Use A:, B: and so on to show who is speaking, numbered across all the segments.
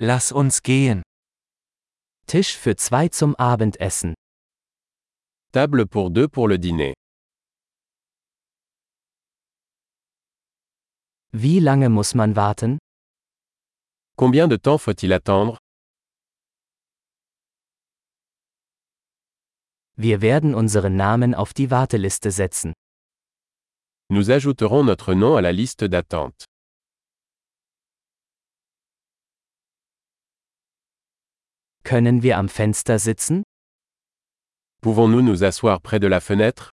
A: Lass uns gehen. Tisch für zwei zum Abendessen.
B: Table pour deux pour le dîner.
A: Wie lange muss man warten?
B: Combien de temps faut-il attendre
A: Wir werden unseren Namen auf die Warteliste setzen.
B: Nous ajouterons notre nom à la liste d'attente.
A: Können wir am Fenster sitzen?
B: Pouvons-nous nous asseoir près de la fenêtre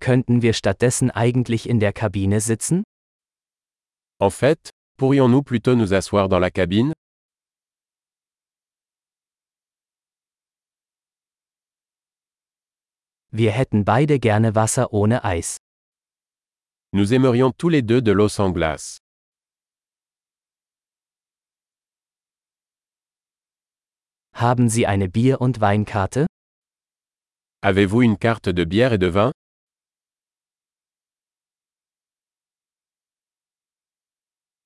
A: Könnten wir stattdessen eigentlich in der Kabine sitzen?
B: En fait, pourrions-nous plutôt nous asseoir dans la cabine
A: Wir hätten beide gerne Wasser ohne Eis.
B: Nous aimerions tous les deux de l'eau sans glace.
A: Haben Sie eine Bier- und Weinkarte?
B: Avez-vous une carte de bière et de vin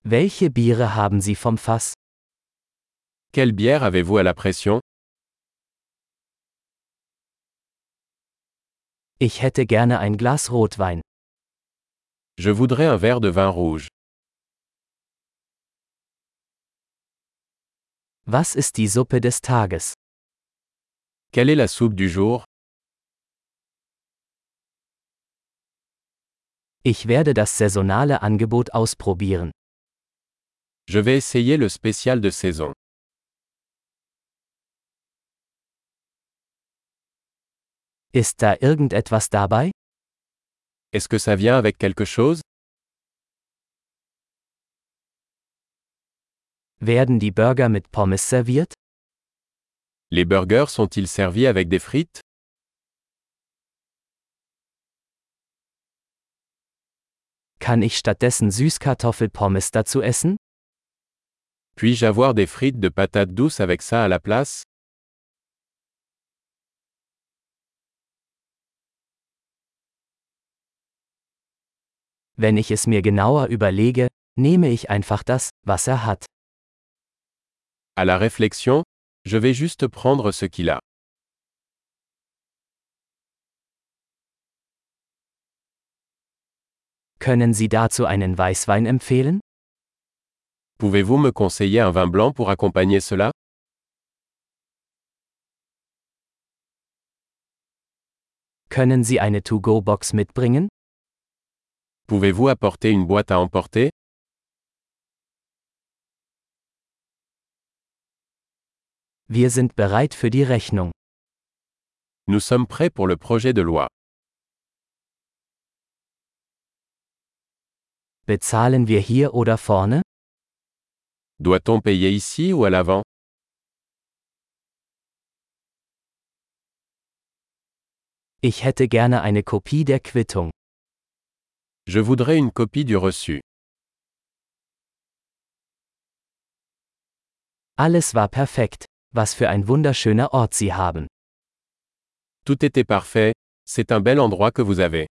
A: Welche Biere haben Sie vom Fass?
B: Quelle bière avez-vous à la pression
A: Ich hätte gerne ein Glas Rotwein.
B: Je voudrais un verre de vin rouge.
A: Was ist die Suppe des Tages?
B: Quelle est la soupe du jour
A: Ich werde das saisonale Angebot ausprobieren.
B: Je vais essayer le spécial de saison.
A: Ist da irgendetwas dabei?
B: Est-ce que ça vient avec quelque chose
A: Werden die Burger mit Pommes serviert?
B: Les burgers sont-ils servis avec des frites
A: Kann ich stattdessen Süßkartoffelpommes dazu essen?
B: Puis-je avoir des frites de patates douces avec ça à la place
A: Wenn ich es mir genauer überlege, nehme ich einfach das, was er hat.
B: À la réflexion, je vais juste prendre ce qu'il a.
A: Können Sie dazu einen Weißwein empfehlen?
B: Pouvez-vous me conseiller un vin blanc pour accompagner cela
A: Können Sie eine To-Go-Box mitbringen?
B: Pouvez-vous apporter une boîte à emporter
A: Wir sind bereit für die Rechnung.
B: Nous sommes prêts pour le projet de loi.
A: Bezahlen wir hier oder vorne?
B: Doit-on payer ici ou à l'avant
A: Ich hätte gerne eine Kopie der Quittung.
B: Je voudrais une copie du reçu.
A: Alles war perfekt. Was für ein wunderschöner Ort Sie haben.
B: Tout était parfait, c'est un bel endroit que vous avez.